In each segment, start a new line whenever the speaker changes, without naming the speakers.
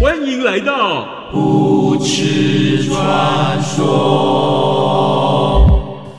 欢迎来到 不耻传说。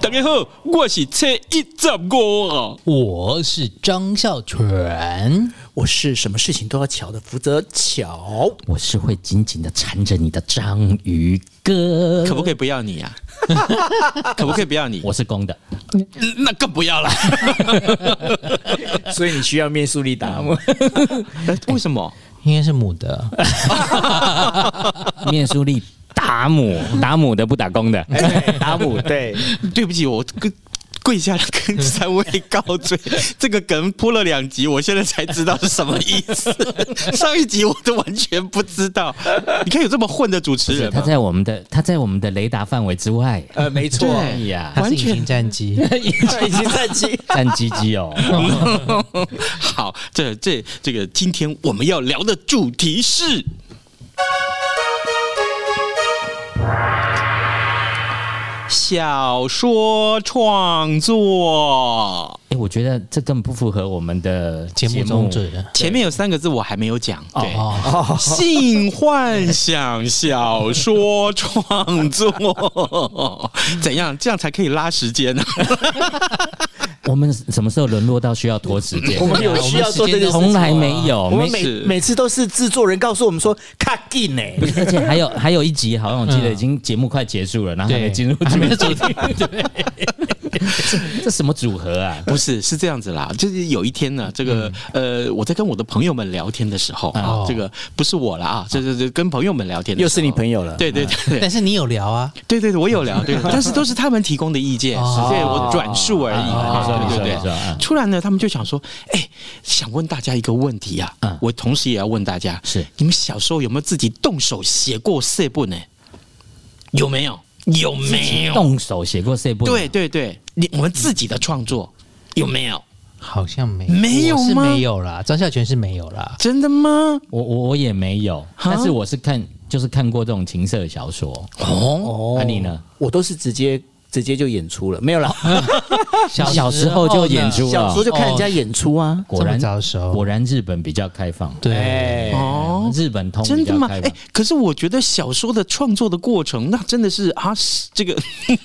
大家好，我是车一十五 啊。
我是张孝全，
我是什么事情都要巧的福泽巧，
我是会紧紧的缠着你的章鱼哥，
可不可以不要你呀、啊？可不可以不要你？
我是 公的，
那更不 要了。
所以你需要面苏利达吗？
呃为什么？
应该是母的，
面书力打 母，打母的不打公的。
达姆哎对，
对不起，我跟跪下来跟三位告罪。这个梗铺了两集，我现在才知道是什么意 思。上一集我都完全不知道。你看有这么混的主持人
他
吗？
在我们的他在我们的雷达范围之外。
呃，没错，
哎
对
呀，
它
完
是隐
全
形战机。
已经在机。
战鸡鸡 哦，
好，这这这个，今天我们要聊的主题是小说创作。
哎，我觉得这更不符合我们的
节目宗旨
前面有三个字我还没有讲，对，
哦，
性幻想小说创作， 怎样这样才可以拉时间啊呢？
我们什么时候沦落到需要拖时间？
我们有需要做这件事
从
情，
来没有，
我们
没
每
是
每次都是制作人告诉我们说卡进呢，
不是，而且还有还有一集，好像我记
嗯
得已经节目快结束了，然后还没
对
进入
还
主
没
题。 对，这这 什么组合啊？
不是，是这样子啦，就是有一天呢，这个、
嗯
呃，我在跟我的朋友们聊天的时候啊，
哦
这个不是我了啊，这这这跟朋友们聊天的时候，
又是你朋友了。
对对 对对
但是你有聊啊？
对对，我有聊，对，但是都是他们提供的意见，
哦
所以我转述而已。
哦
对对对
你说你说你说嗯
突然呢，他们就想说，哎，想问大家一个问题啊，
嗯
我同时也要问大家，
是
你们小时候有没有自己动手写过色不呢？有没有？有没有？
动手写过这部，
对，对对，你我们自己的创作有没有？
好像没
没有
我是
吗
没有啦。张孝全是没有啦。
真的吗？
我我我也没有，但是我是看就是看过这种情色小说。啊
哦
那你呢？
我都是直接直接就演出了，没有啦，
哦
小
小时候就演出
小时候
了，
就看人家演出啊。
果然
这么早熟
果然日本比较开放，
对，
哎，
哦，
日本通
真
比
的
较
吗？
开
哎、
放。
可是我觉得小说的创作的过程，那真的是啊，是这个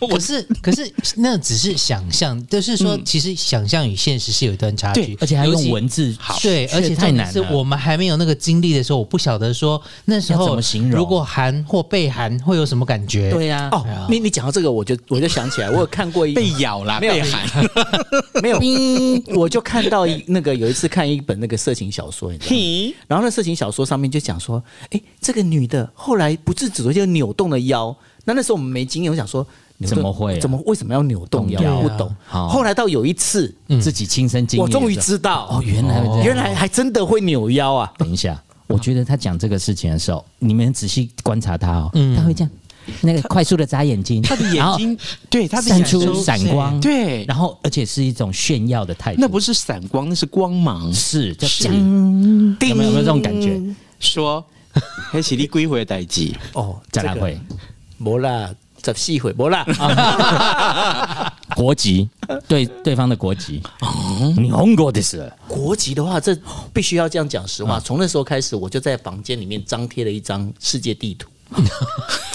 我
可是可是那只是想象，就是说，其实想象与现实是有一段差距
对，
嗯而且还
尤其
用文字，
对，而且
太
重点
难
是
了。
我们还没有那个经历的时候，我不晓得说那时
要
候
怎么形容
如果含或被含会有什么感觉？
对啊哎呀，
哦，你你讲到这个，我就我就想起来，我有看过一
被咬啦，
没有
被喊，
没有，我就看到一那个有一次看一本那个色情小说，你知道吗
嘿
然后那色情小说上面就讲说，哎，这个女的后来不自主的就扭动了腰。那那时候我们没经验，我想说扭动
怎么会啊
怎么为什么要扭动腰？
动腰
我不
对啊
懂。
好
后来到有一次，
自己亲身经历
我
的时候，
终于知道，
哦，原来有这样
原来还真的会扭腰啊！
等一下，我觉得他讲这个事情的时候，你们仔细观察他哦，他会这样，那个快速的眨眼睛，
嗯他的
然
眼
后
睛，对他的
散
眼
出
睛
闪光，
对，
然后而且是一种炫耀的态度，
那不是闪光，那是光芒。
是就是讲有没有有没有这种感觉？
说，黑喜力归回代机，
哦，
展
这
览
个
会
没啦，十四 回没啦，
国籍对 对方的国籍，
哦
你红过的是
国籍的话，这必须要这样讲实话。从那时候开始，我就在房间里面张贴了一张世界地图。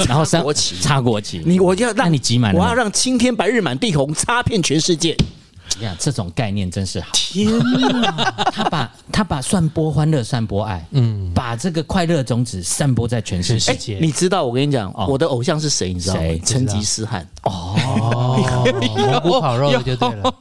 然后三
国旗
插国旗，
你我要
那
让
你集满了
我
吗，
要让青天白日满地红，擦遍全世界。
呀，这种概念真是好。
天
他把他把散播欢乐、散播爱，嗯，哎把这个快乐种子散播在全世界。
世界
哎你知道我跟你讲，
哦
我的偶像是谁？你知道吗
谁？
成吉思汗。
哦，
哦，蘑菇烤肉就对了，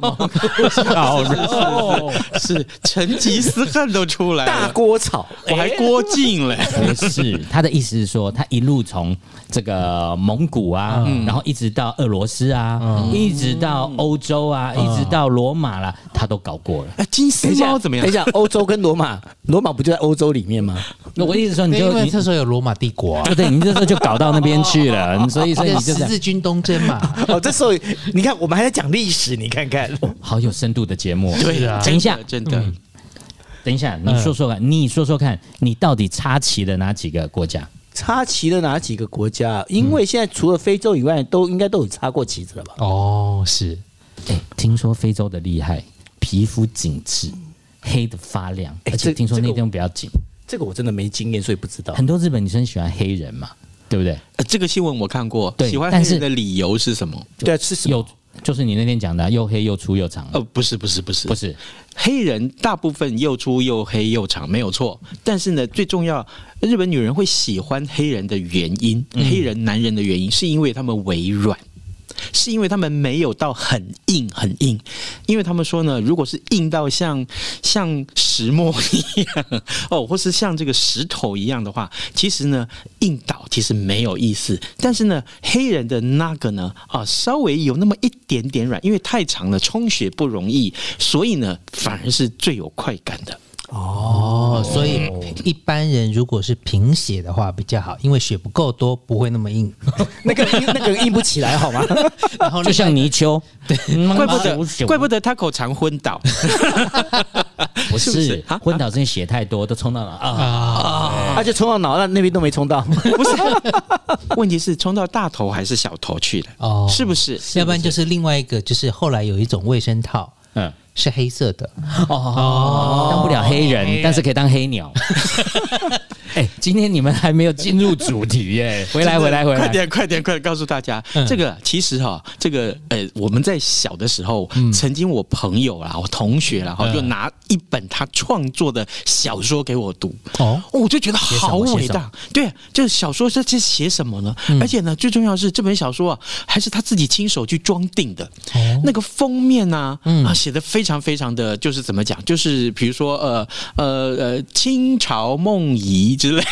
好肉是成吉思汗都出来
大
了，
锅炒，
我还郭靖嘞，
不是，他的意思是说，他一路从这个蒙古啊，然后一直到俄罗斯啊，一直到欧洲啊，一直到罗马啦，他都搞过了。
啊金丝
等一下
猫怎么样
等一？下，欧洲跟罗 马，罗马不就在欧洲里面吗？
那我的意思说， 你
对
就
因为
你
厕所有罗马帝国啊，
不对，你这时候就搞到那边去 了，所以所以
那
你
个哦十
就这样
字军东征 嘛，
哦，这时候你看，我们还在讲历史，你看看，
好有深度的节目。
对啊，
等一下
真的，真的
等一下，你说说看，你说说看，你到底插旗了哪几个国家？
插旗的哪几个国家？因为现在除了非洲以外，都应该都有插过旗子了吧？
哦，是
哎，听说非洲的厉害，皮肤紧致，黑的发亮，
哎
而且
这
听说
这个哦
内
我
脏比较紧。
这个我真的没经验，所以不知道。
很多日本女生喜欢黑人嘛，对不对？
呃这个新闻我看过，
对
喜欢
但
黑
是
人的理由是什么？
对啊，是什么
又就是你那天讲的啊，又黑又粗又长啊，
呃，不是，不是，不是，
不是？
黑人大部分又粗又黑又长，没有错。但是呢，最重要，日本女人会喜欢黑人的原因，黑人男人的原因，是因为他们微软。是因为他们没有到很硬很硬，因为他们说呢，如果是硬到像像石墨一样 哦，或是像这个石头一样的话，其实呢，硬倒其实没有意思。但是呢，黑人的那个呢啊，稍微有那么一点点软，因为太长了，充血不容易，所以呢，反而是最有快感的。
哦，所以一般人如果是贫血的话比较好，因为血不够多，不会那么硬。
那个硬那个硬不起来好吗？
然后
就像泥鳅，嗯对，
怪不得，怪不
得
得他口常昏倒。
不
是不
是
是啊
昏倒，真的血太多都冲到了啊，
他就冲到脑，那那边都没冲到。
不是， 问题是冲到大头还是小头去的？
哦
是不是？
要不然就是另外一个，就是后来有一种卫生套
嗯，
是黑色的，
哦，当不了黑人，但是可以当黑鸟。哎，今天你们还没有进入主题耶，回来回来回
快
来，
点快点快点告诉大家，这个其实哈，这个呃，我们在小的时候，曾经我朋友啦，我同学啦，哈，就拿一本他创作的小说给我读，
哦
哦，我就觉得好
写什么
伟大。对，这小说这这写什么呢？而且呢，最重要的是这本小说啊，还是他自己亲手去装订的。那个封面呢、啊，啊，写的非常非常的，就是怎么讲，就是比如说呃呃呃，清朝梦遗之类，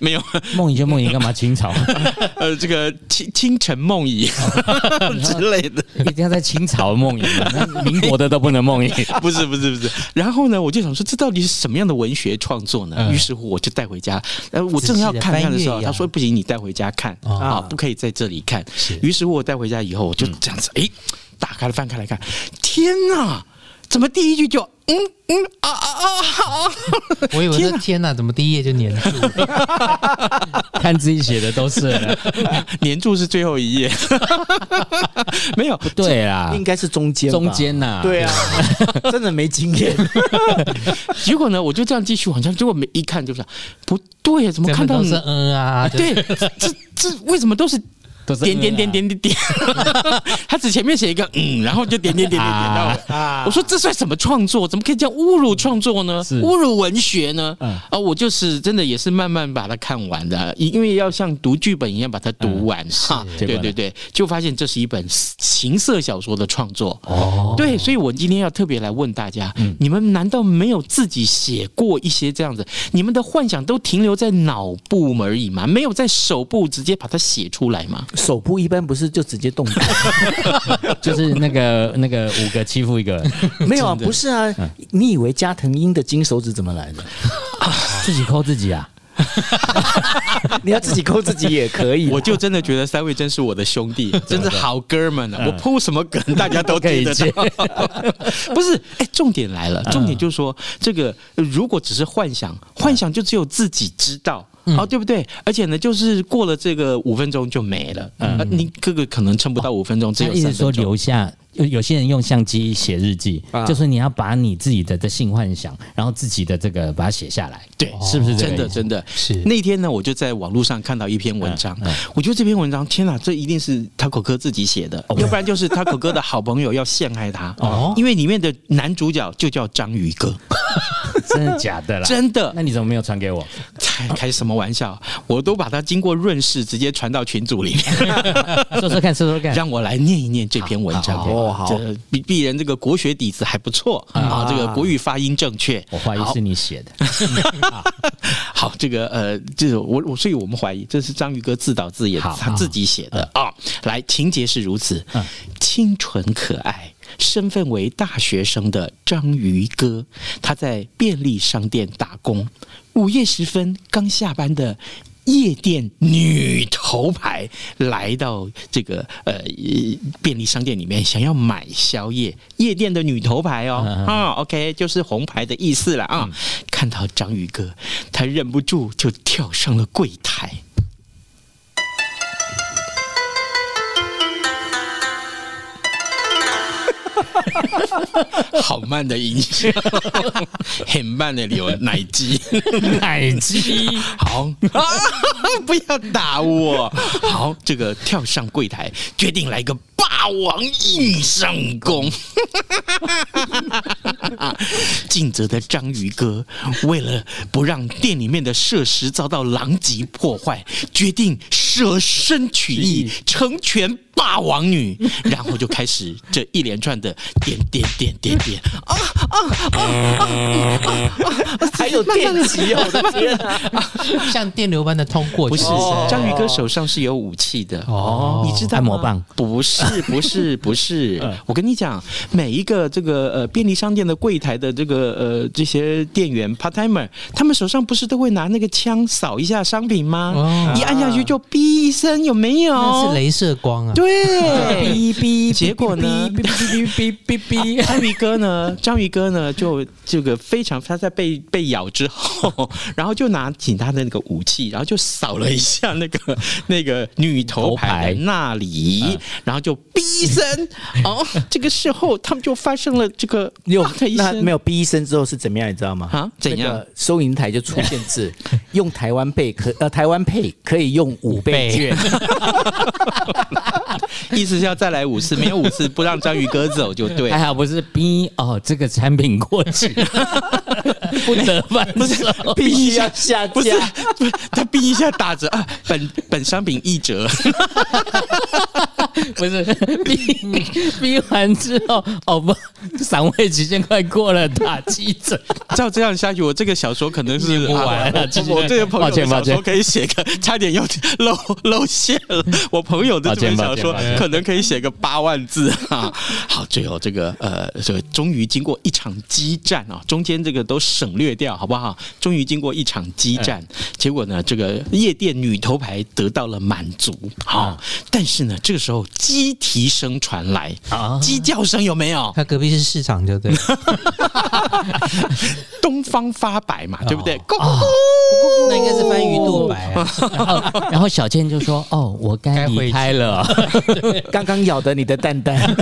没有，
梦怡就梦怡，干嘛清朝？
呃，这个清清晨梦遗 之类的，
一定要在清朝梦遗，那民国的都不能梦遗。
不是不是不是。然后呢，我就想说，这到底是什么样的文学创作呢？于是乎，我就带回家。呃，我正要看它
仔
的时
细地翻
候，
阅呀
他说不行，你带回家看
哦
啊，不可以在这里看。于是嗯乎，我带回家以后，我就这样子，诶，打开了翻开来看，天哪！怎么第一句就嗯嗯啊啊啊啊！
我以为说天哪，怎么第一页就粘住了？
看自己写的都是了，
年注是最后一页， 没有，
对啦
应，该是中间吧，
中间呐，
对 啊，真的没经验。
结果呢，我就这样继续往下，结果没一看就是不对，怎么
怎
看
么
到
都
你
是嗯嗯啊啊，就是
对，这这这为什么都是
都是嗯
点点
嗯啊
点点点点？他只前面写一个嗯，然后就点点点点
啊
点到尾。我说这算什么创作？怎么可以这样侮辱创作呢？
是
侮辱文学呢？
嗯
啊，我就是真的也是慢慢把它看完的，因因为要像读剧本一样把它读完
嗯
哈。
结果
对
呢
对对，就发现这是一本情色小说的创作。哦，对，所以我今天要特别来问大家，
嗯
你们难道没有自己写过一些这样子？你们的幻想都停留在脑部而已吗？没有在手部直接把它写出来吗？
手部一般不是就直接动 的，
就是那个那个五个欺负一个，
没有啊，不是啊，
嗯
你以为加藤鹰的金手指怎么 来的？
自己抠自己啊。
你要自己抠自己也可以啦。
我就真的觉得三位真是我的嗯兄弟，啊 真是好哥们啊呢、我铺什么梗，大家都听 得到。 不是，哎，重点来了，重点就是说，这个呃如果只是幻想，幻想就只有自己知道。哦，对不对？而且呢，就是过了这个五分钟就没了。呃你哥哥可能撑不到五分钟，只
他
有
一直
三
说
分钟。
留下，有有些人用相机写日记，
啊
就是你要把你自己的的性幻想，然后自己的这个把它写下来，
对
是不是嗯这个
哦真的
意思
真
是
的那天呢，我就在网络上看到一篇文章，我觉得这篇文章，天哪，这一定是 Taco 哥自己写
哦
的，要不然就是 Taco 哥的好朋友要陷害他，
哦
因为里面的男主角就叫章鱼哥，
真的假的啦？嗯
真的
那你怎么没有传给我？
才开什么玩笑？我都把它经过润饰，直接传到群组 里面，
说说看，说说看。
让我来念一念这篇文章。
好
好好好
这鄙鄙人这个国学底子还不错啊，这个国语发音正确。
我怀疑是你写的，
好，这个呃，这是我我，所以我们怀疑这是章鱼哥自导自演
好，
他自己写的啊、来，情节是如此，清纯可爱。身份为大学生的章鱼哥，他在便利商店打工。午夜时分，刚下班的夜店女头牌来到这个呃便利商店里面，想要买宵夜。夜店的女头牌哦，
嗯嗯
啊、o k 就是红牌的意思了啊。看到章鱼哥，他忍不住就跳上了柜台。好慢的音 效，很慢的流奶机。
奶鸡
好，不要打我。好，这个跳上柜台，决定来个霸王硬上弓。 尽责的章鱼哥，为了不让店里面的设施遭到狼藉破坏，决定舍身取义，成全霸王女，然后就开始这一连串的点点点点点啊
还有电击哦，我的天啊！
像电流般的通过，
不是
就是
哦，
章鱼哥手上是有武器的
哦
你知道吗嗯
按摩棒？
不 是，不是，不是。我跟你讲，每一个这个呃便利商店的柜台的这个呃这些店员 part timer，他们手上不是都会拿那个枪扫一下商品吗？
哦
一按下去就哔一声，有没有？
那是镭射光啊，
哦对，
哔哔，
结果呢
哔哔哔哔哔哔，
章鱼哥呢？章鱼哥呢？就这个非常，他在被被咬之后，然后就拿起他的那个武器，然后就扫了一下那个那个女头牌
头牌
的那
啊
里，然后就哔一声。哦，这个时候他们就发生了这个
有
哇的一
那
声，
没有哔一声之后是怎么样，你知道吗？
啊怎样？
收银台就出现 字，用台湾配可呃台湾配可以用五倍 券，
意思是要再来五次，没有五次不让章鱼哥走就 对。
还好不是 B 哦，这个产品过 期，不得翻手。
必须要下
不是
架。，
不是他哔一下打折啊，本本商品一折。
不是
嗯
逼逼完之后，哦不，赏味期限快过了，打七 折。
照这样下去，我这个小说可能是
念不完了
啊
继续
我我这个朋友
抱
的
歉
小
抱歉
说可以写个，差点又露露馅了。我朋友的这本
抱
小
歉
说
抱歉抱歉
可能可以写个八万字啊。好，最后这个呃，这个终于经过一场激战啊，中间这个都省略掉，好不好？终于经过一场激战，
哎
结果呢，这个夜店女头牌得到了满足。
啊
好，但是呢，这个时候鸡啼声传来
啊，
鸡叫声有没有？
他隔壁是市场，就对了，
东方发白嘛，对不
啊
对？咕咕咕
那应该是翻鱼肚白啊，
然后，哦 然后小倩就说：“哦，我该
该回
离
去
开了。 哦
刚刚咬的你的蛋 蛋，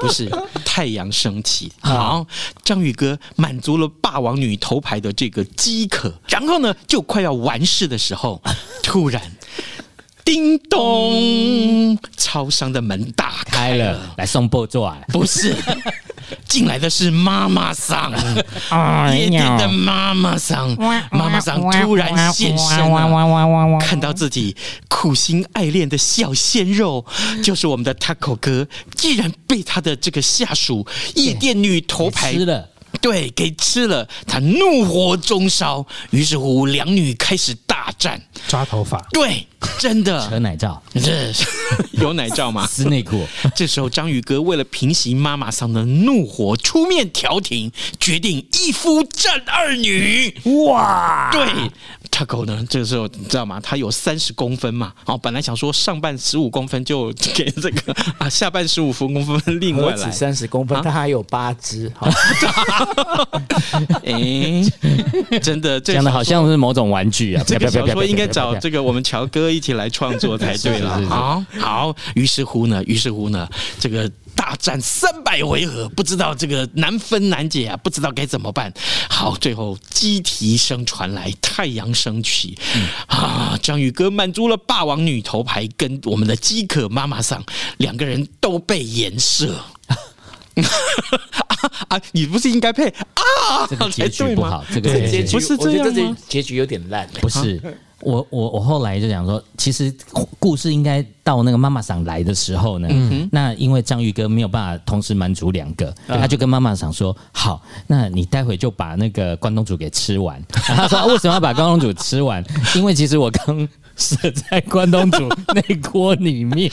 不是太阳升起。好，章鱼哥满足了霸王女头牌的这个饥渴，然后呢，就快要完事的时候，突然。叮咚！超商的门打
开
开了，
了， 来送报纸啊！
不是，进来的是妈妈桑，
哎
夜店的妈妈桑，妈妈桑突然现身了，看到自己苦心爱恋的小鲜肉，
嗯
就是我们的 Taco 哥，竟然被他的这个下属夜店女头牌
吃了，
对，给吃了，他怒火中烧，于是乎两女开始大战，
抓头发，
对，真
扯
的，
奶罩，
这 有奶罩 吗？
撕内裤，
这时候，章鱼哥为了平息妈妈桑的怒火，出面调停，决定一夫战二女。哇！对，他狗呢？这个时候你知道吗？他有三十公分嘛。哦，本来想说上半十五公分就给这个啊，下半十五公分另
何
外
止
来。啊
三十公分，它还有八只。好，
哎，真的，这
讲的好像是某种玩具啊！
这个
啪啪
小
啪啪啪
说应该
啪
找
啪啪
这个我们乔哥一起来创作才对了。好，好，于是乎呢，于是乎呢，这个大战三百回合，不知道这个难分难解啊，不知道该怎么办。好，最后鸡啼声传来，太阳升起，啊，章鱼哥满足了霸王女头牌跟我们的饥 渴妈妈桑，两个人都被颜射。啊啊！啊，你不是应该配啊？
这个结
才
局
对
不
吗
好，这个
这结
结局
局
不是
我觉得
这样吗
这结局有点烂。
不是。我我我后来就想说，其实故事应该到那个妈妈桑来的时候呢，那因为章鱼哥没有办法同时满足两个，他就跟妈妈桑说：“好，那你待会就把那个关东煮给吃完。” 然后他说、啊为什么要把关东煮吃完？因为其实我刚射在关东煮那锅里面。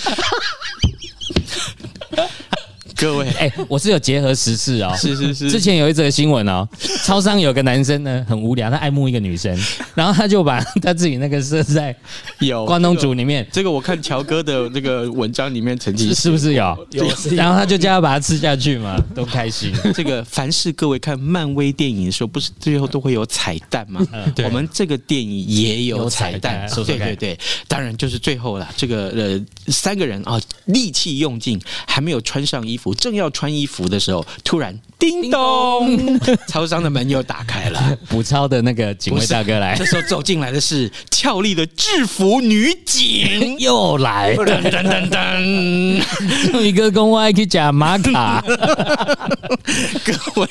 各位，
哎、我是有结合时事哦，
是是是
之前有一则新闻哦，超商有个男生呢很无聊，他爱慕一个女生，然后他就把他自己那个射在
有
关东煮里面，
这个我看乔哥的那个文章里面曾经
是是不是有？
有 是
然后他就叫他把它吃下去嘛，都开心。
这个凡是各位看漫威电影的时候，不是最后都会有彩蛋吗？
对
我们这个电影也有彩蛋，
嗯有彩蛋说说
对
看
对对，当然就是最后啦，这个呃三个人啊、力气用尽，还没有穿上衣服，正要穿衣服的时候，突然叮咚，超商的门又打开 了。
补超的那个警卫大哥来，
这时候走进来的是俏丽的制服女警
又来，
噔噔噔噔。
一个公外去假玛卡，
各位，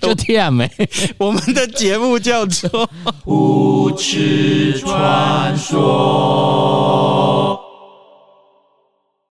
就欸天没。
我们的节目叫做《无耻传说》。